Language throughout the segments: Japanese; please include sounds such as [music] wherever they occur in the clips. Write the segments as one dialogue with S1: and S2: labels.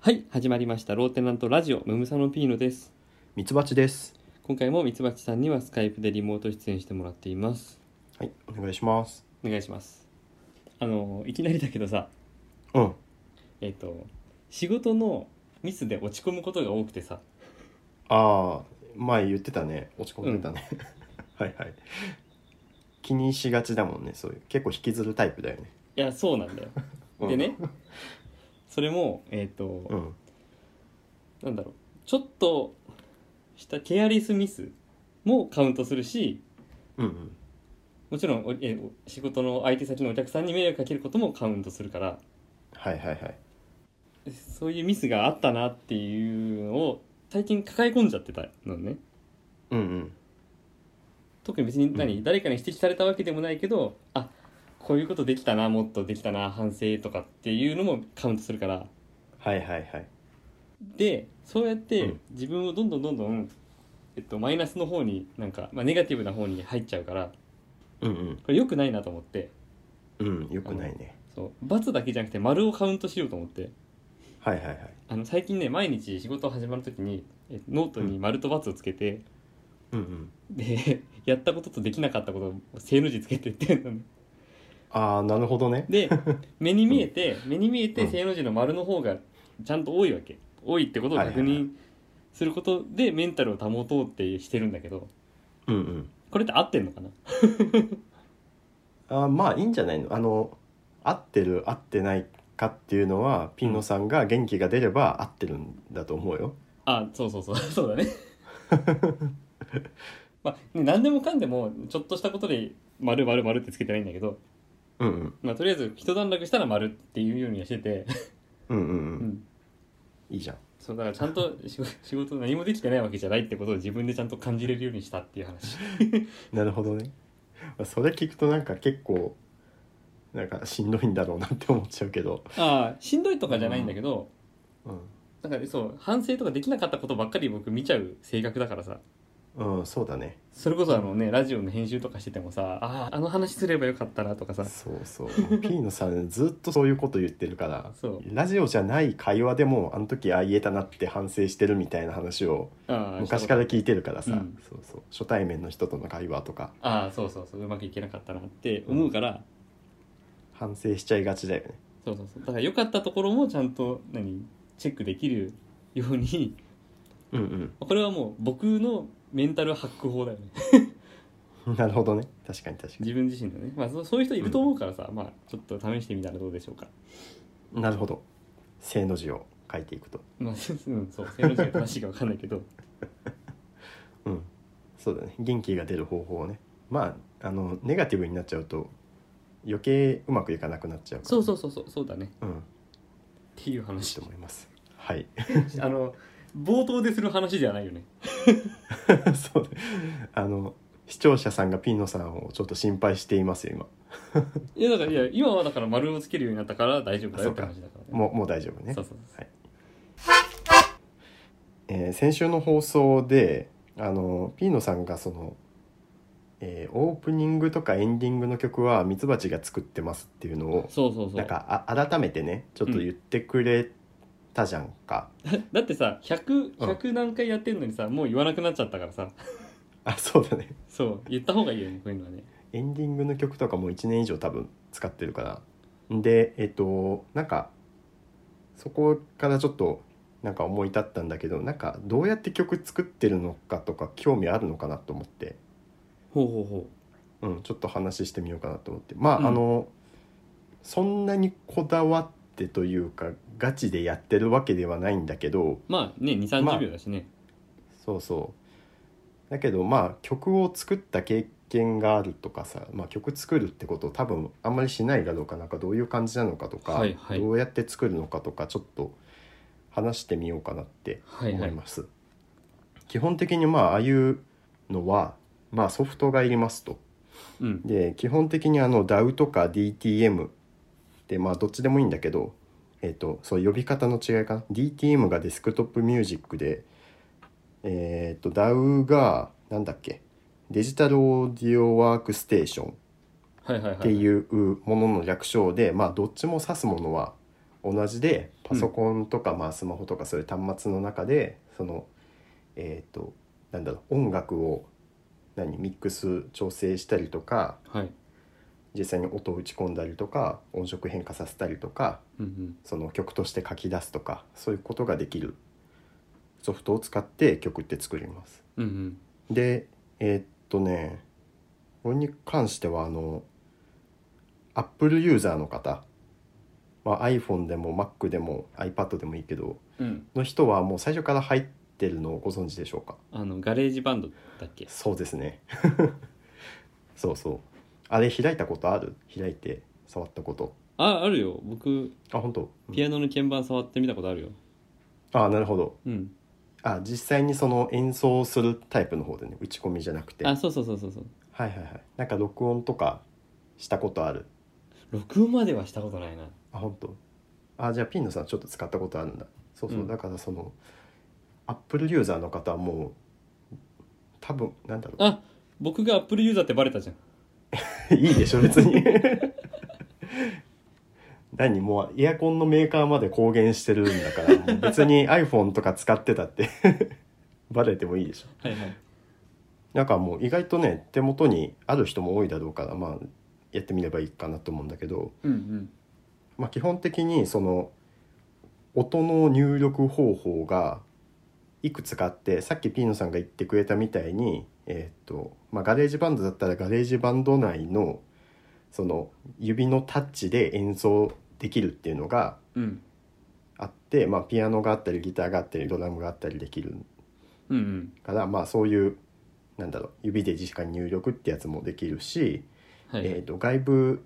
S1: はい始まりましたローテナントラジオムムサノピーノです
S2: ミツバチです。
S1: 今回もミツバチさんにはスカイプでリモート出演してもらっています
S2: はい、お願いします。
S1: お願いしますあのいきなりだけどさ
S2: うん。
S1: えっ、と仕事のミスで落ち込むことが多くてさ
S2: ああ、前言ってたね。落ち込んでたね。 [laughs] はいはい。気にしがちだもんね。そういう結構引きずるタイプだよね。
S1: いやそうなんだよ
S2: [laughs] うん
S1: でね、それもえっ、と、
S2: うん。
S1: なんだろうちょっとしたケアリスミスもカウントするし
S2: うんうん。
S1: もちろんおえお仕事の相手先のお客さんに迷惑かけることもカウントするから
S2: はいはいはい。
S1: そういうミスがあったなっていうのを最近抱え込んじゃってたのね
S2: うんうん。
S1: 特に別に何、誰かに指摘されたわけでもないけどあこういうことできたなもっとできたな反省とかっていうのもカウントするから
S2: はいはいはい。
S1: でそうやっ
S2: う
S1: て
S2: ん
S1: 自分をどんどんどんどん、えっと、マイナスの方になんか、まあ、ネガティブな方に入っちゃうから
S2: うん
S1: これ良くないなと思って
S2: うん。うん、よくないね。
S1: そう罰だけじゃなくて丸をカウントしようと思って
S2: はいはいはい。
S1: あの最近ね毎日仕事始まる時にえノートに丸と×をつけて、
S2: うんうん。
S1: で [laughs] やったこととできなかったことを正の字つけてってんのね
S2: ああ、なるほどね。 [laughs]
S1: で目に見えて、目に見えて
S2: うん
S1: 正の字の丸の方がちゃんと多いわけ多いってことを確
S2: はいはいは
S1: 認することでメンタルを保とうってしてるんだけど
S2: うんうん。
S1: これって合ってんのかな
S2: ああ、まあいいんじゃないの。あの合ってる合ってないかっていうのはピンノさんが元気が出れば合ってるんだと思うよ。
S1: あそうそうそう [laughs] そうだ
S2: [laughs]
S1: ねまあ、ね、何でもかんでもちょっとしたことで「丸丸丸ってつけてないんだけど、
S2: うんうん。
S1: まあ、とりあえず一段落したら「丸っていうようにはしてて、
S2: うんうん
S1: う
S2: うん。
S1: ん、
S2: いいじゃん。
S1: そうだからちゃんと仕事仕事何もできてないわけじゃないってことを自分でちゃんと感じれるようにしたっていう話
S2: なるほどねまあそれ聞くとなんか結構なんかしんどいんだろうなって思っちゃうけど、
S1: [laughs] ああしんどいとかじゃないんだけど、
S2: う
S1: なんかそう反省とかできなかったことばっかり僕見ちゃう性格だからさ
S2: ん、うん、そうだね
S1: それこそあのねラジオの編集とかしててもさあああの話すればよかったなとかさ
S2: そうそう
S1: [laughs]
S2: P のさんずっとそういうこと言ってるから
S1: そう
S2: ラジオじゃない会話でもあの時ああ言えたなって反省してるみたいな話を
S1: ああ
S2: 昔から
S1: ら
S2: 聞いてるからさ、
S1: うん
S2: そうそう初対面の人との会話とか
S1: ああそうそうそううまくいけなかったなって思うから、
S2: 反省しちゃいがちだよね
S1: そうそうそうだから良かったところもちゃんと何チェックできるように [laughs]
S2: うん
S1: これはもう僕のメンタルハック法だよね
S2: うん [laughs] なるほどね確かに確か
S1: 自分自身のね、まあ、そそういう人いると思うからさ、まあちょっと試してみたらどうでしょうか
S2: になるほど正の字を書いていくと
S1: まあうん [laughs] そう正論が正しいか分かんないけど
S2: うん、そうだね元気が出る方法をねまああのネガティブになっちゃうと余計うまくいかなくなっちゃうから
S1: そうそうそうそうそうだねっ
S2: うん
S1: ていう
S2: いい
S1: 話
S2: と思いますはい
S1: [laughs]
S2: [laughs]
S1: あの冒頭でする話ではないよね
S2: そうねあの視聴者さんがピンノさんをちょっと心配していますよ今
S1: いやだからいや今はだから丸をつけるようになったから大丈夫だよって話だからね
S2: もうもう大丈夫ね
S1: そうそう
S2: はいえー先週の放送であのピーノさんがその、えーオープニングとかエンディングの曲はミツバチが作ってますっていうのを
S1: そうそうそう
S2: なんかあ改めてねちょっと言ってくれたじゃんか、
S1: だってさ 100,
S2: うん
S1: 100何回やってんのにさもう言わなくなっちゃったからさ
S2: あそうだね
S1: そう言った方がいいよねこういうのはね
S2: エンディングの曲とかも1年以上多分使ってるからでえっとなんかそこからちょっとなんか思い立ったんだけどなんかどうやって曲作ってるのかとか興味あるのかなと思って、
S1: ほうほうほ
S2: うん、ちょっと話してみようかなと思ってまあ、
S1: うん
S2: あのそんなにこだわってというかガチでやってるわけではないんだけど
S1: うまあね2 3 0秒だしね、
S2: そうそうだけどまあ曲を作った経験があるとかさ、まあ、曲作るってことを多分あんまりしないだろうかなんかどういう感じなのかとか、
S1: はいはい
S2: どうやって作るのかとかちょっと話してみようかなって
S1: はい
S2: 思
S1: はい
S2: います、基本的にまあああいうのは、まあ、ソフトがいりますと
S1: うん
S2: で基本的にあの DAW とか DTM でまあどっちでもいいんだけど、えっとそう呼び方の違いかな DTM がデスクトップミュージックで、えっと DAW がなんだっけデジタルオーディオワークステーションっ
S1: はいはいはい
S2: ていうものの略称で、まあどっちも指すものは同じでパソコンとか、まあ、スマホとかそういう端末の中でそのえっ、となんだろう音楽を何ミックス調整したりとか
S1: はい
S2: 実際に音を打ち込んだりとか音色変化させたりとか
S1: うんうん
S2: その曲として書き出すとかそういうことができるソフトを使って曲って作ります。
S1: うんうん
S2: でえーっとねこれに関してはあの Apple ユーザーの方、まあ、iPhone でも Mac でも iPad でもいいけど
S1: うん
S2: の人はもう最初から入ってるのをご存知でしょうか
S1: あのガレージバンドだっけ
S2: そうですね [laughs] そうそうあれ開いたことある開いて触ったこと
S1: ああるよ僕
S2: あ本当うん
S1: ピアノの鍵盤触ってみたことあるよ
S2: あなるほど
S1: うん
S2: あ実際にその演奏するタイプの方でね打ち込みじゃなくては
S1: あ
S2: い
S1: そうそうそうそうそう
S2: はいはいなんか録音とかしたことある
S1: 録音まではしたことないな
S2: あ本当あじゃあピンのさんちょっと使ったことあるんだそうそう、
S1: うん
S2: だからそのアップルユーザーの方はもう多分なんだろ
S1: あ僕がアップルユーザーってバレたじゃん
S2: う [laughs] いいでしょ別に何もうエアコンのメーカーまで公言してるんだからもう別に iPhone とか使ってたって [laughs] バレてもいいでしょ
S1: はいはい
S2: なんかもう意外とね手元にある人も多いだろうからまあやってみればいいかなと思うんだけど、
S1: うんうん
S2: まあ、基本的にその音の入力方法がいくつかあってさっきピーノさんが言ってくれたみたいに、えーっとまあ、ガレージバンドだったらガレージバンド内のその指のタッチで演奏できるっていうのが
S1: うん
S2: あって、まあ、ピアノがあったりギターがあったりドラムがあったりできる
S1: うんうん
S2: から、まあ、そういうなんだろう指で直に入力ってやつもできるし、
S1: はい、
S2: えー、と外部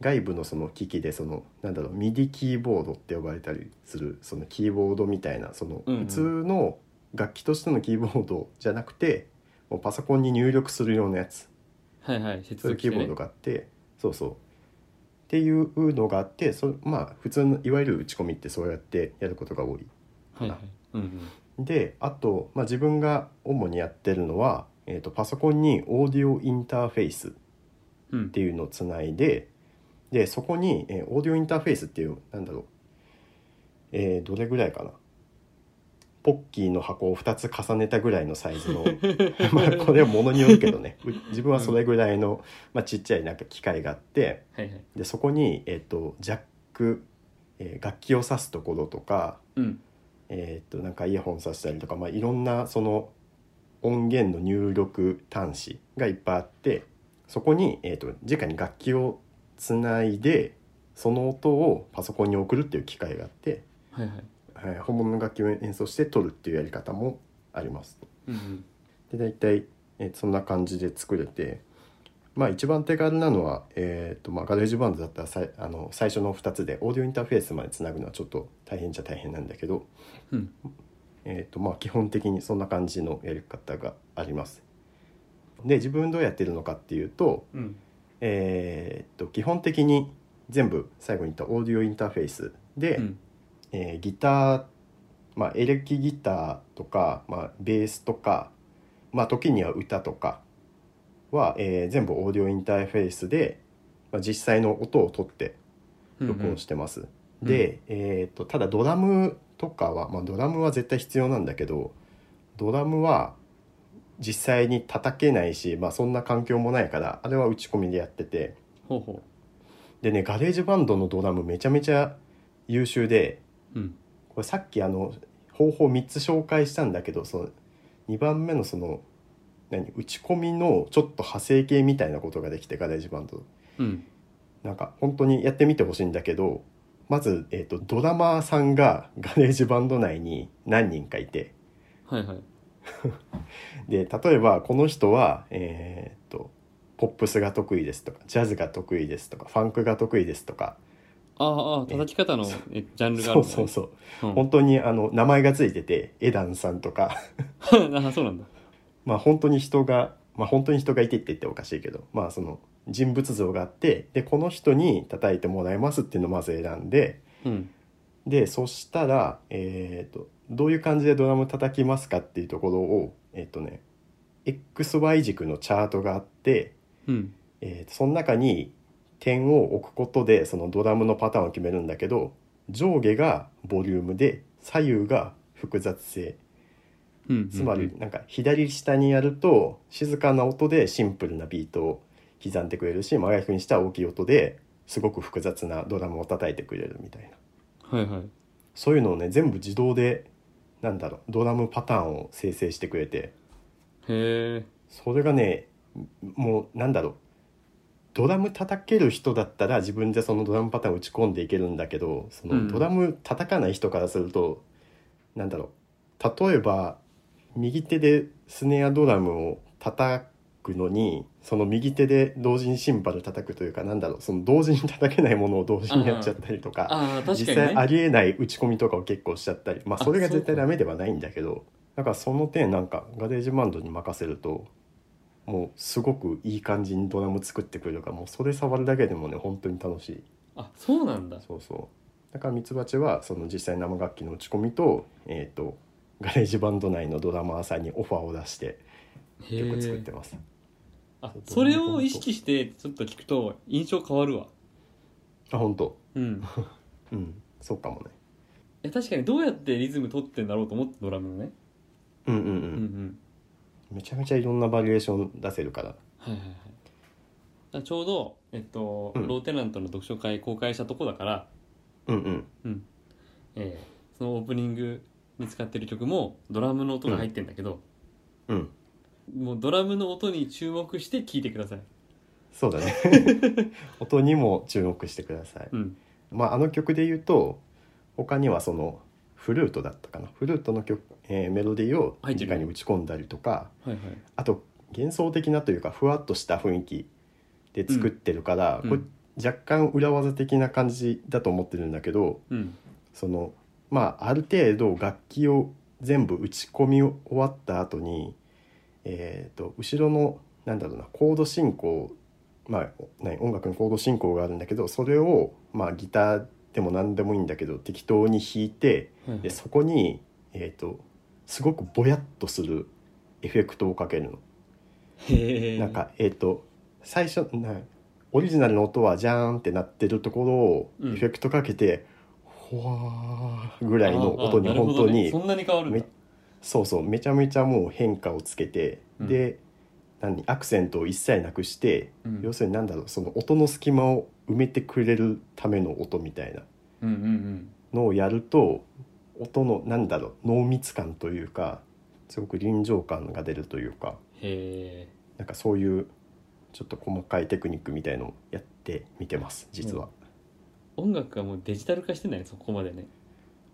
S2: 外部のその機器でそのなんだろうミディキーボードって呼ばれたりするそのキーボードみたいなその
S1: うんうん
S2: 普通の楽器としてのキーボードじゃなくてもうパソコンに入力するようなやつ
S1: はいはい接
S2: そう
S1: 続
S2: いうキーボー
S1: ね
S2: ドがあってそうそうっていうのがあってそまあ普通のいわゆる打ち込みってそうやってやることが多い。
S1: はいはいうんうん
S2: であと、まあ、自分が主にやってるのは、えー、とパソコンにオーディオインターフェイス
S1: う
S2: っ
S1: ん
S2: ていうのをつないででそこに、えーオーディオインターフェイスっていうなんだろう、えーどれぐらいかなポッキーの箱を2つ重ねたぐらいのサイズのまあこれはものによるけどねう自分はそれぐらいの、まあ、ちっちゃいなんか機械があって
S1: はいはい
S2: でそこに、えー、とジャック、えー楽器を挿すところとか、
S1: うん
S2: えー、となんかイヤホン挿したりとか、まあ、いろんなその音源の入力端子がいっぱいあってそこに、えー、と直に楽器をつないでその音をパソコンに送るっていう機械があって、
S1: はいはい
S2: はい、本物の楽器を演奏して撮るっていうやり方もあります。
S1: うんうん
S2: で大体、えーそんな感じで作れてまあ一番手軽なのは、えーとまあ、ガレージバンドだったらさいあの最初の2つでオーディオインターフェースまでつなぐのはちょっと大変じゃ大変なんだけど、
S1: うん
S2: えーとまあ、基本的にそんな感じのやり方があります。で自分どうやってるのかっていうと,、
S1: うん
S2: えーと基本的に全部最後に言ったオーディオインターフェースで、
S1: うん
S2: えーギター、まあ、エレキギターとか、まあ、ベースとか、まあ、時には歌とかは、えー全部オーディオインターフェースで、まあ、実際の音を取って
S1: うん
S2: 録音してます。
S1: うん
S2: で、えー、とただドラムとかは、まあ、ドラムは絶対必要なんだけどドラムは実際に叩けないし、まあ、そんな環境もないからあれは打ち込みでやってて
S1: ほうほ
S2: でねガレージバンドのドラムめちゃめちゃ優秀で
S1: ううん
S2: これさっきあの方法3つ紹介したんだけどその2番目のその何打ち込みのちょっと派生系みたいなことができてガレージバンド
S1: うん
S2: なんか本当にやってみてほしいんだけどまず、えー、とドラマーさんがガレージバンド内に何人かいて
S1: はいはい
S2: で例えばこの人はえーっとポップスが得意ですとかジャズが得意ですとかファンクが得意ですとか
S1: ああああ叩き方のえジャンルがあ
S2: そ
S1: る
S2: うそうそう
S1: う、うん、
S2: 本当にあの名前がついててエダンさんとか
S1: [laughs] あそうなんだ
S2: まあ本当に人が、まあ、本当に人がいてって言っておかしいけどまあその人物像があってでこの人に叩いてもらいますっていうのをまず選んで
S1: うん
S2: でそしたら、えー、とどういう感じでドラム叩きますかっていうところをえっ、とね XY 軸のチャートがあって、
S1: うん
S2: えーとその中に点を置くことでそのドラムのパターンを決めるんだけど上下がボリュームで左右が複雑性
S1: うんうん
S2: つまりなんか左下にやると静かな音でシンプルなビートを刻んでくれるし真逆にしたら大きい音ですごく複雑なドラムを叩いてくれるみたいな
S1: はいはい
S2: そういうのをね全部自動でなんだろうドラムパターンを生成してくれて
S1: へえ
S2: それがねもうなんだろうドラム叩ける人だったら自分でそのドラムパターンを打ち込んでいけるんだけどそ
S1: うん
S2: のドラム叩かない人からすると、なんだろう例えば右手でスネアドラムを叩くのにその右手で同時にシンバル叩くというかなんだろうその同時に叩けないものを同時にやっちゃったりとか、
S1: ああ確
S2: 実
S1: かに
S2: 際
S1: ね
S2: ありえない打ち込みとかを結構しちゃったりまあ
S1: あ
S2: それが
S1: そう
S2: 絶対ダメではないんだけどだからその点なんかガレージバンドに任せるともうすごくいい感じにドラム作ってくれるからもうそれ触るだけでもね本当に楽しい
S1: あそうなんだ
S2: そうそうだからミツバチはその実際生楽器の打ち込みとえっ、とガレージバンド内のドラマーさんにオファーを出して
S1: へ
S2: 曲作っ
S1: え
S2: てます、
S1: あそれを意識してちょっと聞くと印象変わるわ
S2: あ本当 [laughs]
S1: うん
S2: うんそうかもね
S1: え確かにどうやってリズム取ってんだろうと思ってドラムのね
S2: うんうんう、
S1: うんんうん
S2: めちゃめちゃいろんなバリエーション出せるから
S1: はいはいはいあちょうど、えっと
S2: うん
S1: ローテナントの読書会公開したとこだから、
S2: うんうん
S1: えーそのオープニングに使ってる曲もドラムの音が入ってんだけど、
S2: うん
S1: もうドラムの音に注目して聴いてください、
S2: そ
S1: [laughs]
S2: うだね音にも注目してください、
S1: うん、
S2: まあ、あの曲で言うと他にはそのフルートだったかなフルートの曲、えーメロディーを
S1: 入ってる
S2: 直に打ち込んだりとか
S1: はいはい
S2: あと幻想的なというかふわっとした雰囲気で作ってるから、
S1: うん
S2: これ若干裏技的な感じだと思ってるんだけど
S1: うん
S2: そのまあある程度楽器を全部打ち込み終わった後にえー、と後ろのなんだろうなコード進行まあ何音楽のコード進行があるんだけどそれをまあギターでも何でもいいんだけど適当に弾いて
S1: はいはい
S2: でそこにえー、とすごくぼやっとするエフェクトをかけるの。
S1: へえ
S2: なんかえっ、と最初なオリジナルの音はジャーンってなってるところを
S1: うん
S2: エフェクトかけて、ほわーぐらいの音に
S1: ああなるほ
S2: 本
S1: ど
S2: 当
S1: ね
S2: に、
S1: そんなに変わるんだ
S2: めそうそうめちゃめちゃもう変化をつけて、
S1: うん
S2: で何アクセントを一切なくして、
S1: うん
S2: 要するになんだろうその音の隙間を埋めてくれるための音みたいな
S1: うんうんうん
S2: のをやると音のなんだろう濃密感というかすごく臨場感が出るというか。
S1: へえ
S2: なんかそういうちょっと細かいテクニックみたいのをやってみてます実は。
S1: 音楽がもうデジタル化してないそこまでね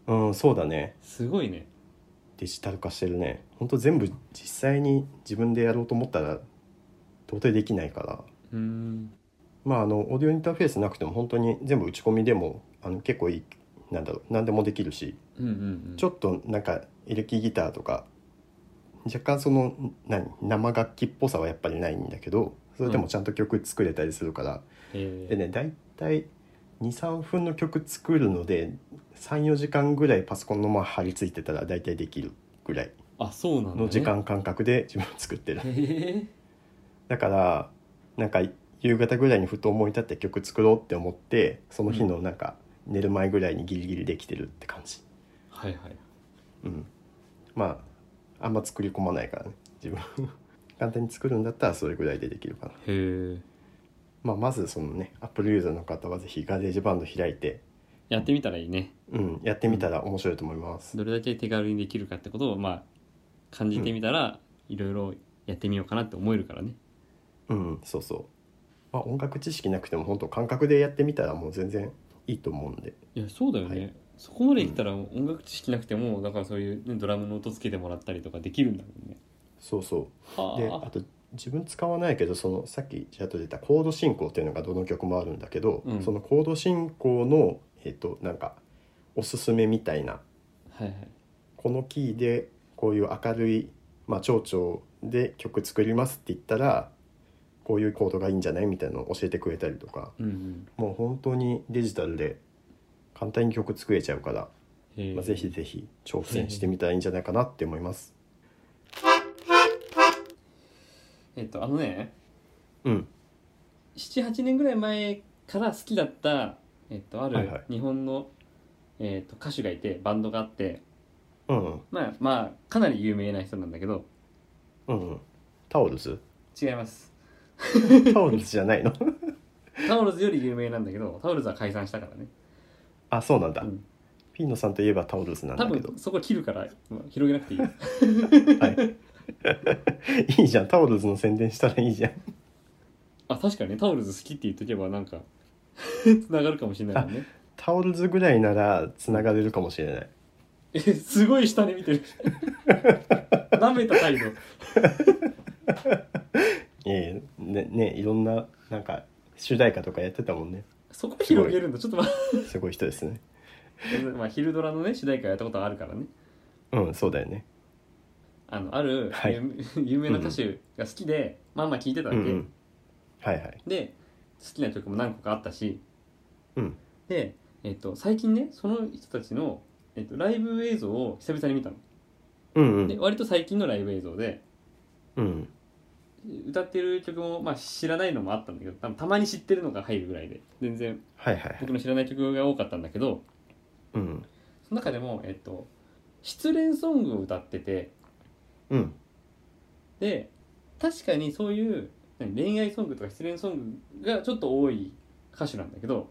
S2: うん、そうだね
S1: すごいね
S2: デジタル化してるねほんと全部実際に自分でやろうと思ったら到底できないから
S1: うーん
S2: まああのオーディオインターフェースなくても本当に全部打ち込みでもあの結構いいなんだろう何でもできるし、
S1: うんうんうん
S2: ちょっとなんかエレキギターとか若干その何生楽器っぽさはやっぱりないんだけどそれでもちゃんと曲作れたりするから、
S1: へ
S2: で
S1: え
S2: ね大体23分の曲作るので34時間ぐらいパソコンのまあ張り付いてたら大体できるぐらい
S1: あそうなんだ、ね、
S2: の時間間隔で自 [laughs] 分作ってる
S1: へえ
S2: だからなんか夕方ぐらいにふと思い立って曲作ろうって思ってその日のなんか寝る前ぐらいにギリギリできてるって感じ
S1: はいはい
S2: うんまああんま作り込まないからね自分 [laughs] 簡単に作るんだったらそれぐらいでできるかな
S1: へえ
S2: まあまずそのね Apple ユーザーの方はぜひガレージバンド開いて
S1: やってみたらいいね
S2: うん、やってみたら面白いと思います。
S1: どれだけ手軽にできるかってことをまあ感じてみたら、いろいろやってみようかなって思えるからね
S2: うん、そうそう。まあ音楽知識なくても本当感覚でやってみたらもう全然いいと思うんで。
S1: いやそうだよね、
S2: はい
S1: そこまでいったら音楽知識なくてもだからそういう、ね、ドラムの音つけてもらったりとかできるんだもんね
S2: そうそう。で、あ
S1: はあ
S2: と自分使わないけどそのさっきちらっと出たコード進行っていうのがどの曲もあるんだけど、
S1: うん
S2: そのコード進行のえっ、となんかおすすめみたいな
S1: はいはい
S2: このキーでこういう明るい、まあ、蝶々で曲作りますって言ったらこういうコードがいいんじゃないみたいなのを教えてくれたりとか。
S1: うんうん
S2: もう本当にデジタルで簡単に曲作れちゃうから、
S1: へえ
S2: まあ、ぜひぜひ挑戦してみたらいいんじゃないかなって思います。
S1: えっとあのね
S2: うん、
S1: 78年ぐらい前から好きだったえっとあ
S2: はいはい
S1: る日本のえー、と歌手がいてバンドがあって
S2: うん
S1: まあまあかなり有名な人なんだけど
S2: うんうんタオルズ
S1: 違います
S2: タオルズじゃないの
S1: タオルズより有名なんだけどタオルズは解散したからね、
S2: あそうなんだ、
S1: うん、
S2: ピーノさんといえばタオルズなん
S1: 多
S2: だけど
S1: 分そこ切るからまあ広げなくていいよ
S2: [laughs] いいじゃんタオルズの宣伝したらいいじゃん
S1: あ確かにねタオルズ好きって言っとけばなんか [laughs] つながるかもしれないもんね
S2: タオルズぐらいならつながれるかもしれない
S1: えすごい下に見てる舐めた態度
S2: ええねねいろんななんか主題歌とかやってたもんね
S1: そこ広げるんだちょっとまあ
S2: すごい人ですね
S1: まあ昼ドラのね主題歌やったことあるからね
S2: うんそうだよね
S1: あのある、
S2: はい
S1: 有名 [laughs] 有名な歌手が好きで、まあまあ聴いてたわ
S2: う
S1: け、
S2: ん、うん、はいはい
S1: で好きな曲も何個かあったし
S2: うん
S1: で、えっと最近ねその人たちの、えっとライブ映像を久々に見たの、
S2: うんう
S1: で
S2: ん
S1: 割と最近のライブ映像で
S2: うん
S1: 歌ってる曲も、まあ、知らないのもあったんだけど多分たまに知ってるのが入るぐらいで全然
S2: はいはいはい
S1: 僕の知らない曲が多かったんだけど
S2: うん
S1: その中でも、えっと失恋ソングを歌ってて
S2: うん
S1: で確かにそういう何恋愛ソングとか失恋ソングがちょっと多い歌手なんだけど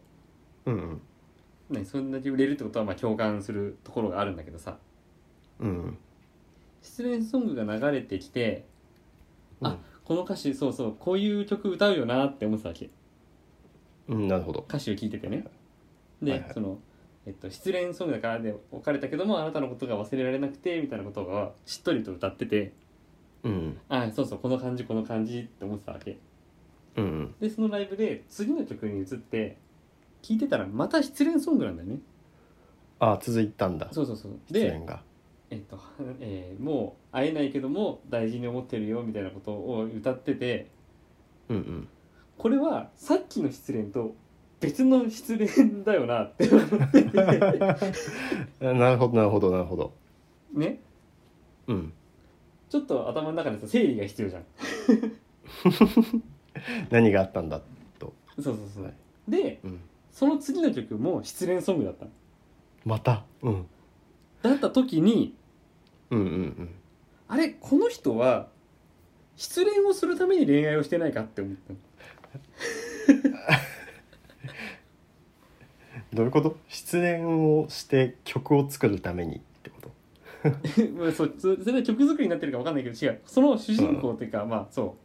S2: うんうん
S1: 何そんだけ売れるってことはまあ共感するところがあるんだけどさ
S2: うん
S1: 失恋ソングが流れてきて
S2: うん
S1: この歌手そうそうこういう曲歌うよなって思ってたわけ
S2: うんなるほど
S1: 歌詞を聴いててねで、
S2: はいはい
S1: その、えっと、失恋ソングだからで別れたけどもあなたのことが忘れられなくてみたいなことがしっとりと歌ってて
S2: うん
S1: あそうそうこの感じこの感じって思ってたわけ
S2: うん
S1: でそのライブで次の曲に移って聴いてたらまた失恋ソングなんだよね
S2: あ続いたんだ
S1: そうそうそう
S2: 出
S1: で
S2: 演が
S1: えっと、 [laughs] えーもう会えないけども大事に思ってるよみたいなことを歌ってて
S2: うんうん
S1: これはさっきの失恋と別の失恋だよなって [laughs] 思ってて
S2: なるほどなるほどなるほど
S1: ね
S2: うん
S1: ちょっと頭の中でさ整理が必要じゃん
S2: 何があったんだ
S1: そうそうそう、
S2: はい
S1: で
S2: うん
S1: その次の曲も失恋ソングだったの
S2: またうん
S1: だった時に
S2: うんうん
S1: あれこの人は失恋をするために恋愛をしてないかって思ったの
S2: うんどういうこと失恋をして曲を作るためにってこと
S1: [laughs] まあ、そうそそれは曲作りになってるか分かんないけど違うその主人公っていうか、まあそ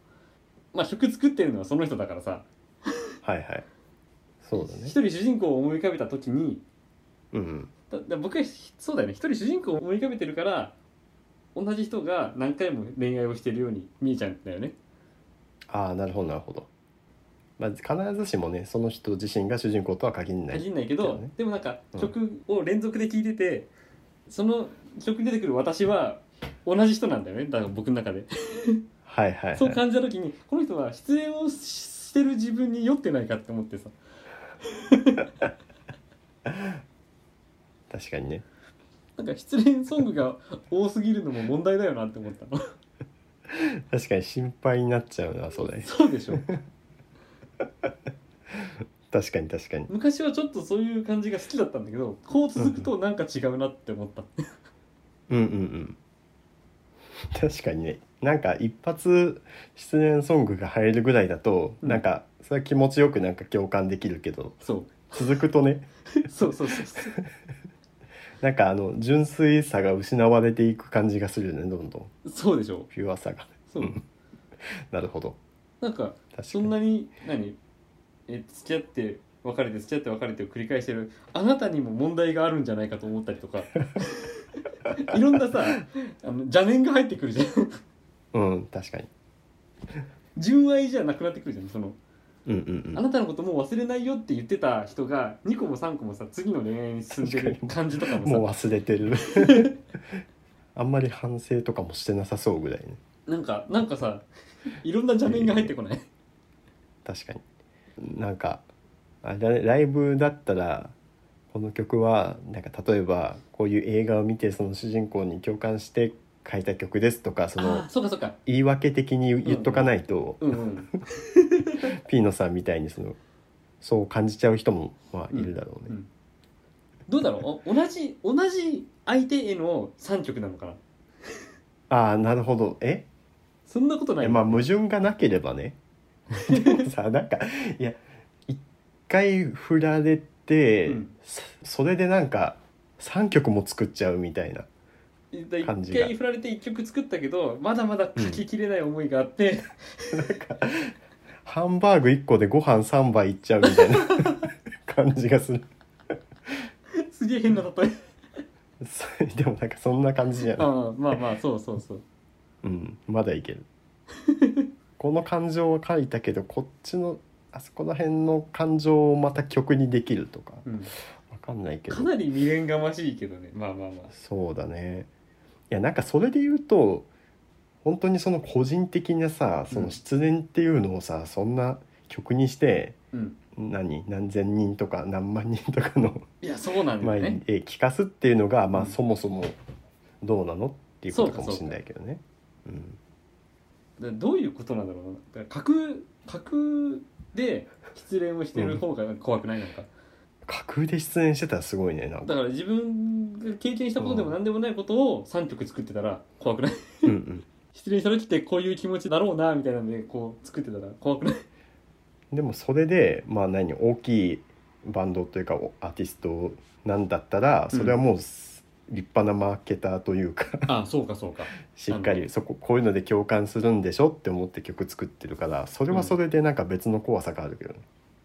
S1: うまあ曲作ってるのはその人だからさ
S2: はいはいそうだ
S1: 一人
S2: ね
S1: 主人公を思い浮かべた時に
S2: うんうん
S1: だだ僕はひそうだよね一人主人公を思い浮かべてるから同じ人が何回も恋愛をしてるように見えちゃうんだよね
S2: ああなるほどなるほどまあ必ずしもねその人自身が主人公とは限らない
S1: 限んないけど、
S2: だよね
S1: でもなんか
S2: うん
S1: 曲を連続で聴いてて、その曲に出てくる私は同じ人なんだよねだから僕の中で、
S2: はいはい、はい、
S1: そう感じた時にこの人は失恋をししてる自分に酔ってないかって思ってさ
S2: 確かにね
S1: なんか失恋ソングが多すぎるのも問題だよなって思ったの
S2: 確かに心配になっちゃうなそうだ
S1: [laughs]
S2: ね
S1: そうでしょ
S2: 確かに確かに
S1: 昔はちょっとそういう感じが好きだったんだけどこう続くとなんか違うなって思った、
S2: うんうんうん確かにねなんか一発失恋ソングが入るぐらいだと、
S1: うん
S2: なんかそれは気持ちよくなんか共感できるけど
S1: そう
S2: 続くとね
S1: そうそうそうそう
S2: なんかあの純粋さが失われていく感じがするよねどんどん
S1: そうでしょ
S2: ピュアさが
S1: そう、
S2: うんなるほど
S1: なんか
S2: 確かに
S1: そんなに何え付き合って別れて付き合って別れてを繰り返してるあなたにも問題があるんじゃないかと思ったり [laughs] とかいろんなさあの邪念が入ってくるじゃん
S2: うん確かに
S1: 純愛じゃなくなってくるじゃんその、
S2: うんうんう
S1: あ
S2: ん
S1: なたのこともう忘れないよって言ってた人が2個も3個もさ次の恋愛に進んでる
S2: 確かに
S1: 感じとかもさ
S2: もう忘れてる [laughs] あんまり反省とかもしてなさそうぐらいね
S1: なんかなんかさいろんな邪念が入ってこない
S2: 確かになんかあれだねライブだったらこの曲はなんか例えばこういう映画を見てその主人公に共感して書いた曲ですと [laughs] かそ
S1: あ
S2: の
S1: あそうかそうか
S2: 言い訳的に言っとかないと、
S1: うんうん
S2: ピーノさんみたいにそのそう感じちゃう人もまあいるだろうね、
S1: うんどうだろうお同じ同じ相手への3曲なのかな
S2: ああなるほどえ
S1: そんなことないい、
S2: やまあ矛盾がなければ
S1: [laughs]
S2: ねでもさなんかいや一回振られて、
S1: うん
S2: そそれでなんか3曲も作っちゃうみたいな
S1: で
S2: 感じ
S1: 一
S2: が
S1: 回振られて1曲作ったけどまだまだ書ききれない思いがあって、
S2: ハンバーグ1個でご飯3杯いっちゃうみたいな感じがする [laughs]
S1: [laughs] すげえ変な例え
S2: そでもなんかそんな感じじゃない、
S1: ああまあまあそうそうそう
S2: うん、まだいけるこの感情は書いたけどこっちのあそこら辺の感情をまた曲にできるとか
S1: うん
S2: わかんないけど
S1: かなり未練がましいけどねまあまあまあ
S2: そうだねいやなんかそれで言うと本当にその個人的なさそうの
S1: ん
S2: 失恋っていうのをさ、そんな曲にして
S1: うん
S2: 何何千人とか何万人とかの
S1: いやそうなんだ
S2: 前
S1: よね
S2: にえー聞かすっていうのが、ま
S1: う
S2: あ
S1: ん
S2: そもそもどうなのっていうことかもしれないけどね。うん
S1: だどういうことなんだろうなだから架空架空で失恋をしてる方が怖くないのか、
S2: 架空で出演してたらすごいねなんか
S1: だから自分が経験したことでも何でもないことを3曲作ってたら怖くない
S2: うんうん
S1: 失恋した時ってこういう気持ちだろうなみたいなのでこう作ってたら怖くない
S2: でもそれでまあ何大きいバンドというかおアーティストなんだったらそれはもうす立派なマーケターというか、
S1: [laughs] あそうかそうか
S2: しっか
S1: あ
S2: りそここういうので共感するんでしょって思って曲作ってるからそれはそれでなんか別の怖さがあるけどね、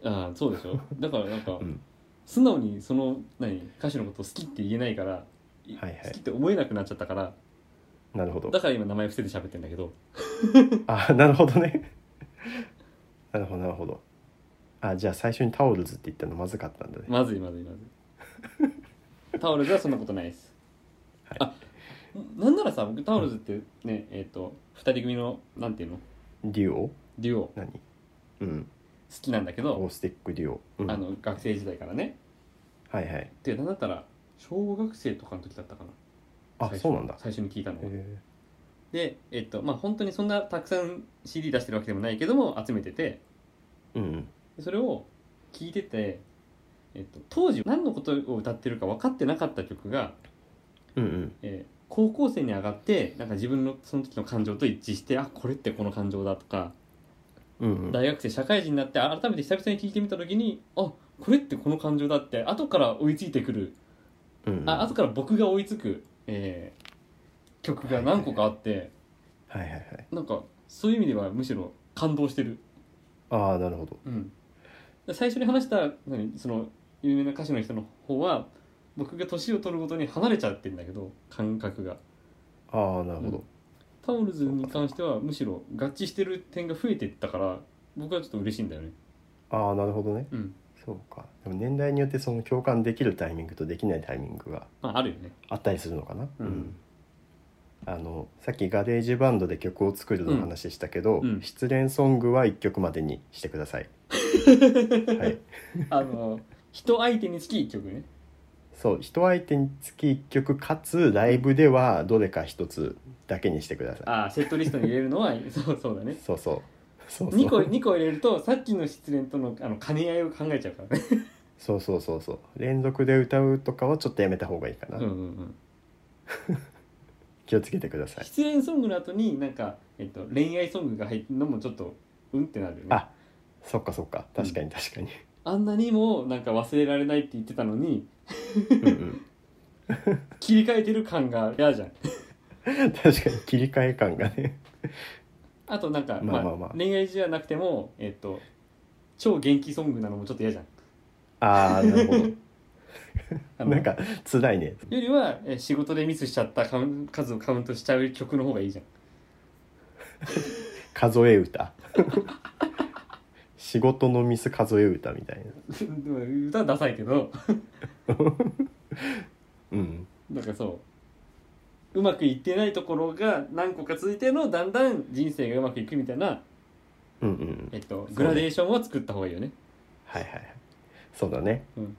S1: ああそうでしょだからなんか、
S2: うん
S1: 素直にその何歌手のこと好きって言えないから、い
S2: はいはい
S1: 好きって思えなくなっちゃったから
S2: なるほど
S1: だから今名前伏せて喋ってんだけど
S2: あなるほどねなるほどなるほどあじゃあ最初に「タオルズ」って言ったのまずかったんだね、
S1: まずいまずいまずいタオルズはそんなことないです、
S2: はい
S1: あなんならさ僕タオルズってねえっ、と2人組のなんていうの
S2: デュオ
S1: デュオ好
S2: 何うん
S1: きなんだけ
S2: オ
S1: ど
S2: ー、スティックデュオ、うん、
S1: あ
S2: はい
S1: の学生時代からね
S2: はい
S1: てなんだったら小学生とかの時だったかな
S2: あ
S1: 最初
S2: そうなんだへ
S1: 最初に聞いたのは
S2: え
S1: でえっ、とまあ本当にそんなたくさん CD 出してるわけでもないけども集めてて
S2: うんうん
S1: でそれを聞いてて、えっと、当時何のことを歌ってるか分かってなかった曲が、
S2: うんうん
S1: えー高校生に上がってなんか自分のその時の感情と一致してあこれってこの感情だとか、
S2: うんうん
S1: 大学生社会人になって改めて久々に聞いてみた時にあこれってこの感情だって後から追いついてくる、
S2: うんうん
S1: あ後から僕が追いつく、えー曲が何個かあって、
S2: はいはいはい
S1: なんかそういう意味ではむしろ感動してる。
S2: ああなるほど
S1: うん、最初に話した何その有名な歌手の人の方は僕が年を取るごとに離れちゃってんだけど感覚が
S2: ああなるほど、
S1: うんタオルズに関してはむしろ合致してる点が増えてったから僕はちょっと嬉しいんだよね
S2: ああなるほどね
S1: うん
S2: そうかでも年代によってその共感できるタイミングとできないタイミングが
S1: まああるよね
S2: あったりするのかな、
S1: うん
S2: あのさっきガレージバンドで曲を作るの話したけど、
S1: うんうん
S2: 失恋ソングは1曲までにしてくださいはい
S1: あの人相手につき1曲ね
S2: そう人相手につき1曲かつライブではどれか1つだけにしてくださ
S1: ああセットリストに入れるのは [laughs] そうそうだ
S2: い
S1: ね
S2: そうそうそうそう
S1: 2個2個入れるとさっきの失恋とのあの兼ね合いを考えちゃうからね
S2: そうそうそうそう連続で歌うとかはちょっとやめた方がいいかな、
S1: うんうんうん
S2: 気をつけてください
S1: 失恋ソングの後になんか、えっと、恋愛ソングが入ってるのもちょっとうんってなるよね
S2: あそっかそっか確かに確かに、
S1: あんなにもなんか忘れられないって言ってたのに
S2: うんうん
S1: 切り替えてる感が嫌じゃん
S2: [laughs] 確かに切り替え感がね
S1: あとなんか、ま
S2: ま
S1: あ
S2: あまあまあ
S1: 恋愛じゃなくてもえっと超元気ソングなのもちょっと嫌じゃん
S2: ああな
S1: [laughs]
S2: るほ
S1: あ
S2: ど
S1: の
S2: なんか辛いね
S1: よりはえ仕事でミスしちゃったカウン数をカウントしちゃう曲の方がいいじゃん
S2: 数え歌 [laughs] 仕事のミス数え歌みたいな
S1: でも [laughs] 歌はダサいけど
S2: うん
S1: なんかそううまくいってないところが何個か続いてのだんだん人生がうまくいくみたいな、
S2: うんうんうん
S1: えっと、グラデーションを作った方がいいよね
S2: はいはいはいそうだね、
S1: うん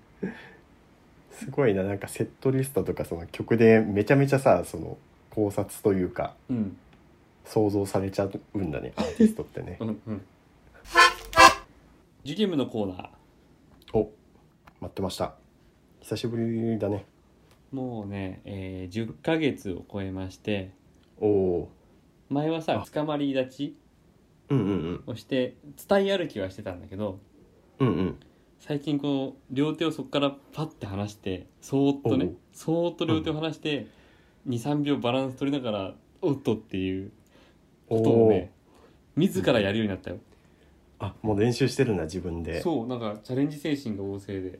S2: すごいななんかセットリストとかその曲でめちゃめちゃさその考察というか
S1: うん
S2: 想像されちゃうんだねアーティストって
S1: [laughs]
S2: ね
S1: うんうんジュゲムのコーナー
S2: お待ってました久しぶりだね
S1: もうね、えー10ヶ月を超えまして
S2: おお
S1: 前はさ捕まり立ち
S2: うんうん
S1: をして伝え歩きはしてたんだけど
S2: うんうんうん
S1: 最近こう両手をそこからパッて離してそーっと
S2: お
S1: ね
S2: う
S1: そーっと両手を離して23秒バランス取りながらおっとっていう
S2: お
S1: ことをね自らやるようになったよ、
S2: ーあもう練習してるな自分で
S1: そうなんかチャレンジ精神が旺盛で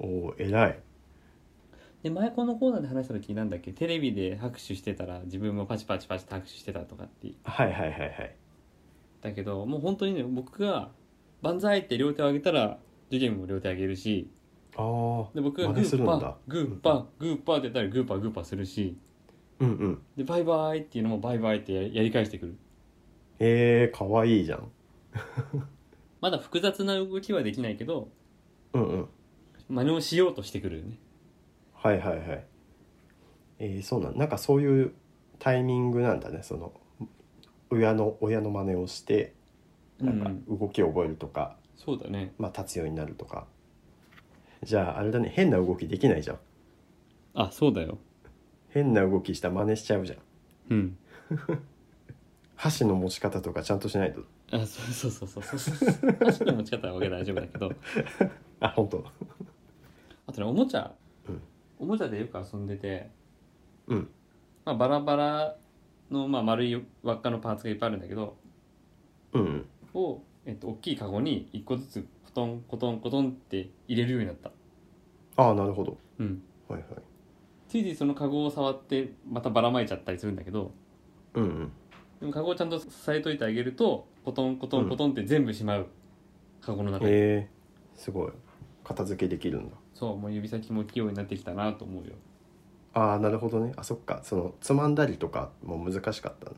S2: おおー偉い
S1: で前このコーナーで話した時なんだっけテレビで拍手してたら自分もパチパチパチって拍手してたとかって
S2: はいはいはいはい
S1: だけどもう本当にね僕が「万歳!」って両手を上げたらジュゲンも両手上げるし
S2: ああ
S1: で僕がグ
S2: 真似する
S1: ー
S2: ん
S1: パ
S2: だ
S1: ーグーパーグーパーってやったらグーパーグーパーするし
S2: うんうん
S1: でバイバイっていうのもバイバイってややり返してくる
S2: えー、かわいいじゃん
S1: まだ複雑な動きはできないけど
S2: うんうん
S1: 真似をしようとしてくるよね
S2: はいはいはいえー、そうなんなんかそういうタイミングなんだねその親の親の真似をしてなんか
S1: うん
S2: 動きを覚えるとか、
S1: そうだね
S2: まあ立つようになるとかじゃああれだね変な動きできないじゃん
S1: あそうだよ
S2: 変な動きした真似しちゃうじゃん
S1: うん
S2: 箸の持ち方とかちゃんとしないと
S1: あそうそうそうそうそうそう箸の持ち方はわけ大丈夫だけど
S2: あ本当
S1: あとねおもちゃ、
S2: うん
S1: おもちゃでよく遊んでて、
S2: うん
S1: まあ、バラバラの、まあ、丸い輪っかのパーツがいっぱいあるんだけど
S2: うんうん
S1: を、えっと、大きいカゴに一個ずつコトンコトンコトンって入れるようになった、
S2: ああなるほど
S1: うん、
S2: はいはい
S1: ついついそのカゴを触ってまたばらまいちゃったりするんだけど
S2: うんうん
S1: でもカゴをちゃんと支えといてあげるとコトンコトンコトンって全部しまう、カゴの中に、
S2: えー、すごい片付けできるんだ
S1: そうもう指先も器用になってきたなと思うよ
S2: ああなるほどねあそっかそのつまんだりとかも難しかった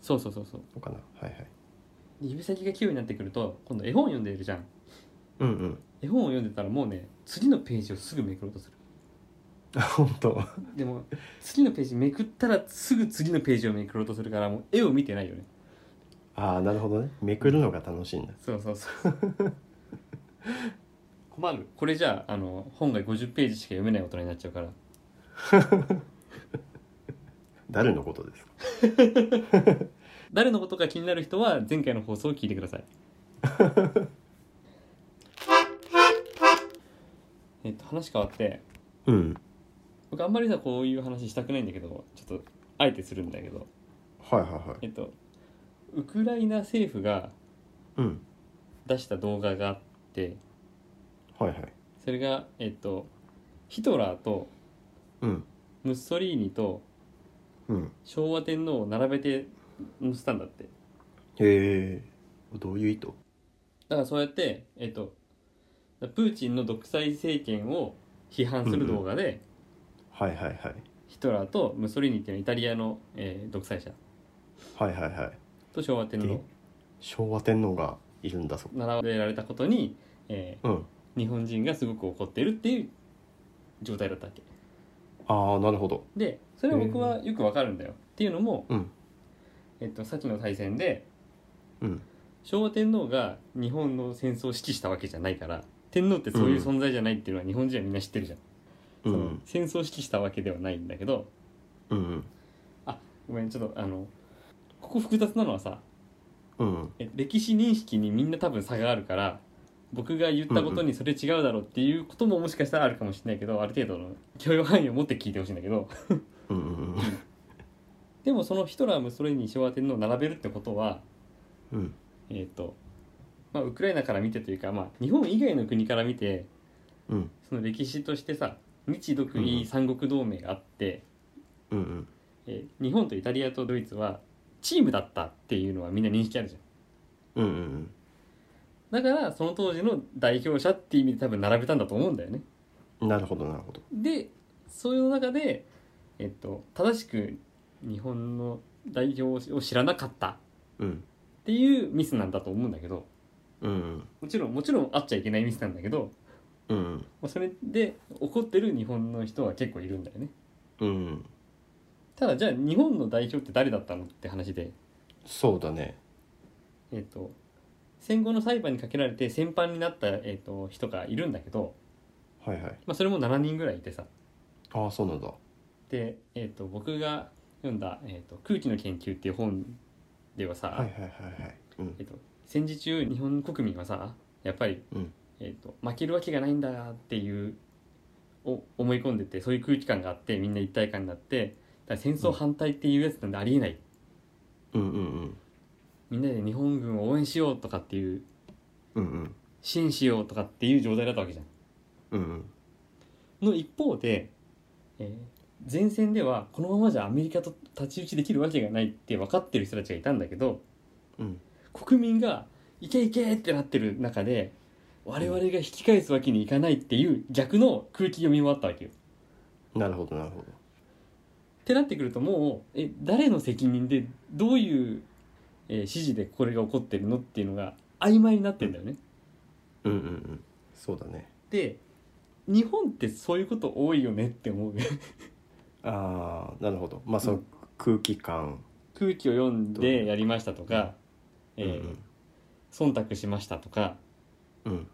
S1: そうそうそうそう
S2: のかなはいはい
S1: で指先が器用になってくると今度絵本読んでるじゃん
S2: うんうん
S1: 絵本を読んでたらもうね次のページをすぐめくろうとする
S2: あ本当
S1: でも次のページめくったらすぐ次のページをめくろうとするからもう絵を見てないよね
S2: ああなるほどねめくるのが楽しいんだ
S1: そうそうそう [laughs] 困るこれじゃああの本が50ページしか読めない大人になっちゃうから
S2: 誰のことですか
S1: 誰のことか気になる人は前回の放送を聞いてくださいえっと話変わって
S2: うん
S1: 僕あんまりさこういう話したくないんだけどちょっとあえてするんだけど
S2: はいはいはい
S1: えっとウクライナ政府が
S2: うん
S1: 出した動画があって
S2: はいはい
S1: それがえっとヒトラーと
S2: うん
S1: ムッソリーニと
S2: うん
S1: 昭和天皇を並べて載せたんだって
S2: へえどういう意図
S1: だからそうやってえっとプーチンの独裁政権を批判する動画で、
S2: はいはいはい
S1: ヒトラーとムッソリーニっていうのはイタリアの、えー独裁者
S2: はいはいはい
S1: と昭和天皇
S2: で
S1: を
S2: 昭和天皇がいるんだそこ
S1: 並べられたことに、え
S2: うん
S1: ー日本人がすごく怒ってるっていう状態だったわけ
S2: ああなるほど
S1: でそれは僕はよくわかるんだよ、っていうのも、
S2: うん
S1: えっと、さっきの対戦で
S2: うん
S1: 昭和天皇が日本の戦争を指揮したわけじゃないから天皇ってそういう存在じゃないっていうのは日本人はみんな知ってるじゃん、
S2: う
S1: その
S2: ん
S1: 戦争を指揮したわけではないんだけど
S2: うんうん
S1: ごめんちょっとあのここ複雑なのはさ
S2: うん
S1: え歴史認識にみんな多分差があるから僕が言ったことにそれ違うだろうっていうことももしかしたらあるかもしれないけどある程度の許容範囲を持って聞いてほしいんだけど [laughs]
S2: うんうんうん
S1: でもそのヒトラーもそれに昭和天皇を並べるってことは
S2: うん
S1: えっ、とまあウクライナから見てというかまあ日本以外の国から見て
S2: うん
S1: その歴史としてさ日独
S2: う
S1: 伊
S2: ん
S1: 三国同盟があって、
S2: うんうん
S1: えー日本とイタリアとドイツはチームだったっていうのはみんな認識あるじゃん
S2: うんうん
S1: だからその当時の代表者っていう意味で多分並べたんだと思うんだよね
S2: うんなるほどなるほど
S1: でそういう中で、えっと、正しく日本の代表を知らなかったっ
S2: うん
S1: ていうミスなんだと思うんだけど
S2: うん
S1: もちろんもちろんあっちゃいけないミスなんだけど、
S2: うんうん
S1: まあ、それで怒ってる日本の人は結構いるんだよね
S2: うん
S1: ただじゃあ日本の代表って誰だったのって話で、
S2: そうだね
S1: えっと、戦後の裁判にかけられて戦犯になった、えっと、人がいるんだけど
S2: はいはい
S1: まあ、それも7人ぐらいいてさ
S2: ああそうなんだ
S1: で、えー、と僕が読んだ、えーと「空気の研究」っていう本ではさ、
S2: はいはいはいはいうん
S1: えっと、戦時中日本国民はさやっぱり、
S2: うん
S1: えっと、負けるわけがないんだっていうお思い込んでてそういう空気感があってみんな一体感になってだから戦争反対っていうやつなんてありえない、
S2: うんうんうん
S1: みんなで日本軍を応援しようとかっていう
S2: うんうん
S1: 支援しようとかっていう状態だったわけじゃん。
S2: うんうん
S1: の一方で、えー前線ではこのままじゃアメリカと立ち打ちできるわけがないって分かってる人たちがいたんだけど、
S2: うん
S1: 国民が「いけいけ!」ってなってる中で我々が引き返すわけにいかないっていう逆の空気読みもあったわけよ。
S2: なるほどなるほど
S1: ってなってくるともうえ誰の責任でどういう、えー指示でこれが起こってるのっていうのが曖昧になってんだよね。
S2: うんうんうんそうだね
S1: で日本ってそういうこと多いよねって思う
S2: ああなるほどまあその空気感
S1: 空気を読んでやりましたとか、
S2: う
S1: え
S2: んう
S1: ー
S2: ん
S1: 忖度しましたとか
S2: うん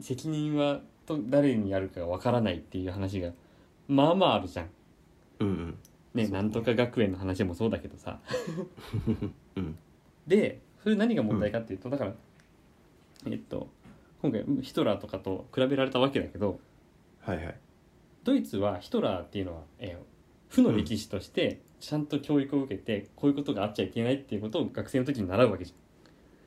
S1: 責任はと誰にやるかわからないっていう話がまあまああるじゃん。
S2: うんうん
S1: ね、
S2: そうね
S1: なんとか学園の話もそうだけどさ
S2: うん
S1: でそれ何が問題かっていうと、だからえっと今回ヒトラーとかと比べられたわけだけど
S2: はいはい
S1: ドイツはヒトラーっていうのは、えー負の歴史としてちゃんと教育を受けて、こういうことがあっちゃいけないっていうことを学生の時に習うわけじ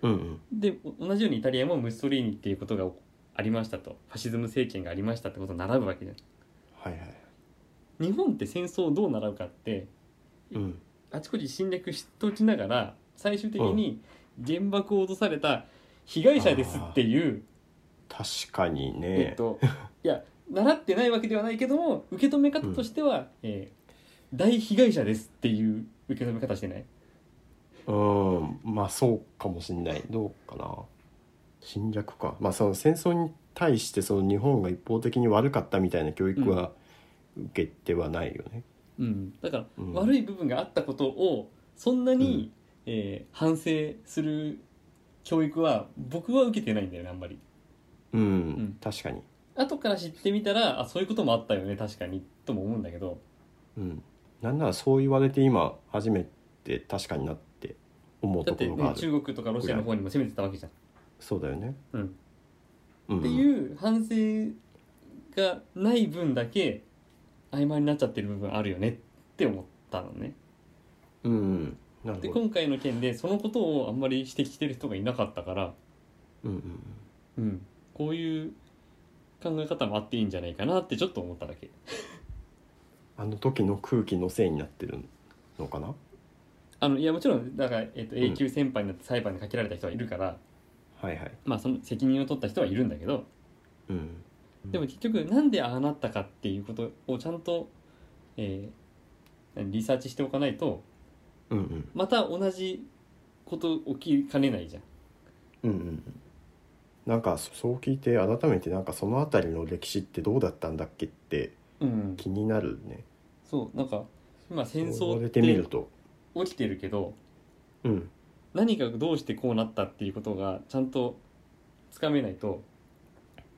S2: うんうん
S1: ゃん。でお同じようにイタリアもムッソリーニっていうことがありましたとファシズム政権がありましたってことを習うわけじゃん。
S2: はいはい
S1: 日本って戦争をどう習うかって
S2: うん
S1: あちこち侵略しときながら最終的に原爆を落とされた被害者ですっていう、
S2: 確かに
S1: え
S2: ね
S1: っと、いや習ってないわけではないけども受け止め方としては、えー大被害者ですっていう受け止め方してない
S2: うんまあそうかもしんないどうかな侵略かまあその戦争に対してその日本が一方的に悪かったみたいな教育は受けてはないよね。
S1: うん、だから、
S2: うん
S1: 悪い部分があったことをそんなに、えー反省する教育は僕は受けてないんだよねあんまり
S2: うん、
S1: ん
S2: 確かに。
S1: 後から知ってみたらあそういうこともあったよね確かにとも思うんだけど
S2: うん、なんならそう言われて今初めて確かになって思う
S1: だっ
S2: とこ
S1: て、
S2: ろがあ
S1: ね、
S2: る。
S1: 中国とかロシアの方にも攻めてたわけじゃん
S2: そうだよね。
S1: うん
S2: うん、
S1: っていう反省がない分だけ曖昧になっちゃってる部分あるよねって思ったのね
S2: うん、うん、な
S1: で
S2: るほど。
S1: 今回の件でそのことをあんまり指摘してる人がいなかったから、
S2: うんうん
S1: うん、こういう考え方もあっていいんじゃないかなってちょっと思っただけ
S2: あの時の空気のせいになってるのかな。
S1: あのいやもちろんだから、えっと永久先輩になって裁判にかけられた人はいるから、
S2: はいはい。
S1: まあその責任を取った人はいるんだけど
S2: うん。
S1: でも結局なんでああなったかっていうことをちゃんと、えーリサーチしておかないと
S2: うんうん
S1: また同じこと起きかねないじゃん。
S2: うんうんうん。なんかそそう聞いて改めてなんかその辺りの歴史ってどうだったんだっけって
S1: うん、
S2: 気になるね。
S1: そうなんか今戦
S2: そ
S1: 争
S2: う言わ
S1: っ
S2: れ
S1: て
S2: てみると。
S1: 起きてるけど
S2: うん
S1: 何がどうしてこうなったっていうことがちゃんとつかめないと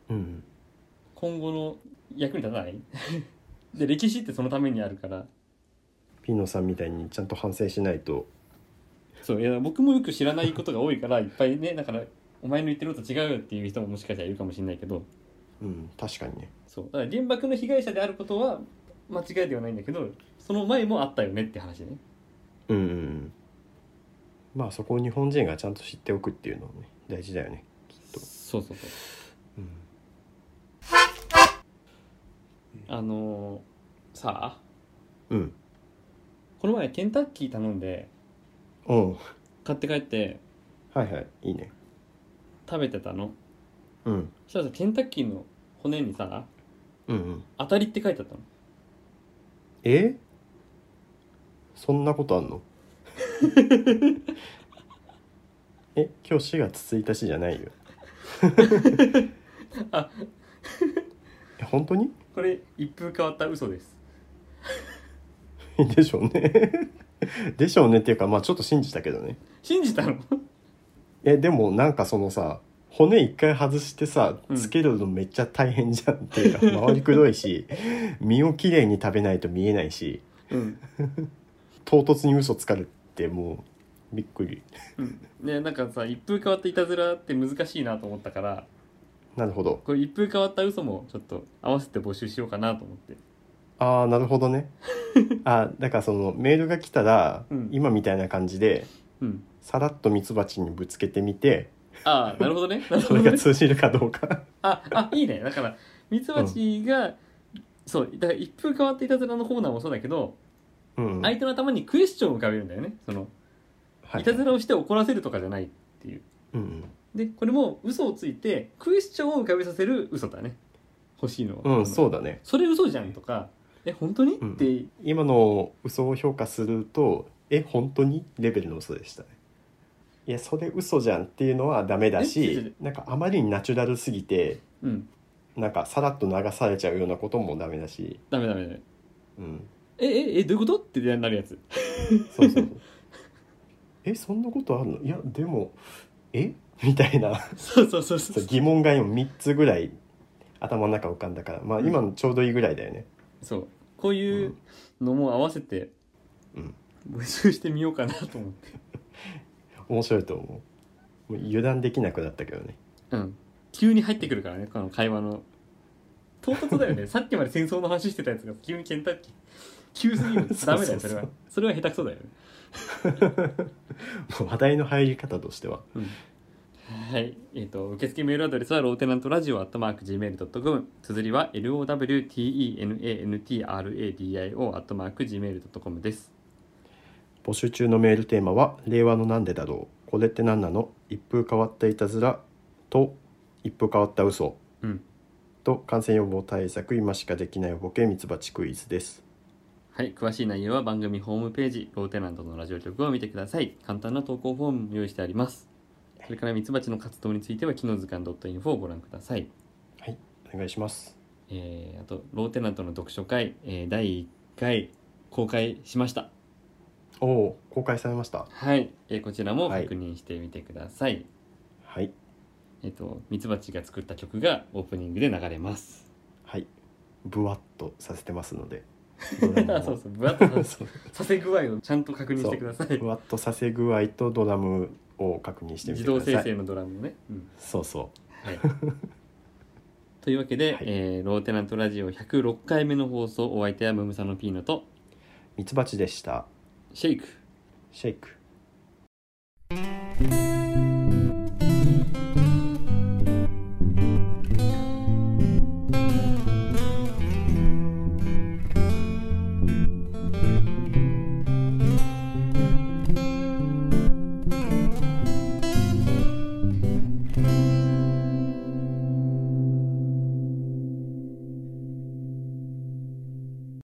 S2: うん
S1: 今後の役に立たない [laughs] で歴史ってそのためにあるから
S2: ピノさんみたいにちゃんと反省しないと。
S1: そういや僕もよく知らないことが多いからいっぱいねだからお前の言ってること違うよっていう人ももしかしたらいるかもしれないけど
S2: うん確かにね。
S1: そうだから原爆の被害者であることは間違いではないんだけどその前もあったよねって話ね。
S2: うんうんうん。まあそこを日本人がちゃんと知っておくっていうのもね大事だよね。と
S1: そうそうそう
S2: うん
S1: あのーさあ
S2: うん
S1: この前ケンタッキー頼んで
S2: おう
S1: 買って帰って
S2: はいはいいいね。
S1: 食べてたの
S2: うん
S1: そしたらさケンタッキーの骨にさ
S2: うんうん。
S1: 「当たり」って書いてあったの
S2: えそんなことあ [laughs] んのえ今日4月1日じゃない [laughs] よ
S1: あ
S2: え本当に [laughs]
S1: これ一風変わった嘘です
S2: でしょうね [laughs] でしょうねっていうかまあちょっと信じたけどね
S1: 信じたの
S2: えでもなんかそのさ骨一回外してさ
S1: うん
S2: つけるのめっちゃ大変じゃん、っ
S1: [laughs]
S2: ていうか周りくどいし身をきれいに食べないと見えないし
S1: うん
S2: 唐突に嘘つかれてもうびっくり
S1: うん [laughs] ねなんかさ一風変わったいたずらって難しいなと思ったから
S2: なるほど
S1: これ一風変わった嘘もちょっと合わせて募集しようかなと思って
S2: ああなるほ
S1: [laughs]
S2: どねあだからそのメールが来たら、
S1: うん
S2: 今みたいな感じで
S1: うん
S2: さらっとミツバチにぶつけてみて
S1: ああなるほどね [laughs] なる
S2: そ
S1: ほ
S2: れ
S1: ど
S2: が
S1: ね
S2: 通じるかどうか
S1: ああいいねだからミツバチが、そうだから一風変わったいたずらのコーナーもそうだけど、
S2: うん
S1: 相手の頭にクエスチョンを浮かべるんだよねその
S2: はい
S1: いたずらをして怒らせるとかじゃないっていう
S2: うんうん
S1: でこれも嘘をついてクエスチョンを浮かべさせる嘘だね欲しいのは、
S2: うん、
S1: う
S2: そうだね
S1: それ嘘じゃんとかえ本当に、
S2: うん
S1: って
S2: 今の嘘を評価するとえ本当にレベルの嘘でしたねいやそれ嘘じゃんっていうのはダメだ
S1: え違う違
S2: しなんかあまりにナチュラルすぎて
S1: うん
S2: なんかさらっと流されちゃうようなこともダメだし、
S1: ダメダメダメ
S2: うん、
S1: えええどういうことってなるや
S2: [laughs]
S1: つ
S2: そうそうそう [laughs] えそんなことあるのいやでもえみたいな
S1: そうそうそうそ
S2: そうう疑問が今3つぐらい頭の中浮かんだからまあ
S1: うん
S2: 今のちょうどいいぐらいだよね、
S1: そうこういうのも合わせて
S2: うん
S1: 募集してみようかなと思って
S2: 面白いと思うもう油断できなくなったけどね
S1: うん急に入ってくるからねこの会話の唐突だよ [laughs] ねさっきまで戦争の話してたやつが急にケンタッキー急すぎるダメだよ [laughs] それは
S2: そうそうそう
S1: それは下手くそだよね
S2: もう話題の入り方としては
S1: はい、えー、と受付メールアドレスはローテナントラジオアットマーク Gmail.com 綴りは LOWTENANTRADIO アットマーク Gmail.com です
S2: 募集中のメールテーマは「令和のなんでだろうこれって何なの一風変わったいたずら」と「一風変わった嘘
S1: うん
S2: と感染予防対策今しかできないボケミツバチクイズです
S1: はい詳しい内容は番組ホームページローテナントのラジオ局を見てください簡単な投稿フォームも用意してありますそれからミツバチの活動については機能図鑑 .info をご覧ください
S2: はいお願いします
S1: えーあとローテナントの読書会、えー第1回公開しました
S2: おお公開されました
S1: はい、えーこちらも
S2: はい
S1: 確認してみてください
S2: はい
S1: えっと、ミツバチが作った曲がオープニングで流れます。
S2: はいぶわっとさせてますので
S1: [laughs] そうそう、ぶわっと [laughs] さ
S2: そう
S1: させ具合をちゃんと確認してください
S2: ふ。わっとさせ具合とドラムを確認してみ
S1: 自
S2: てく
S1: 動
S2: ださい
S1: 生成のドラムをね。うん
S2: そうそ
S1: はい、というわけで、
S2: はい
S1: えーローテナントラジオ106回目の放送、お相手はムムサノピーノと
S2: うミツバチでした
S1: シェイク。
S2: シェイク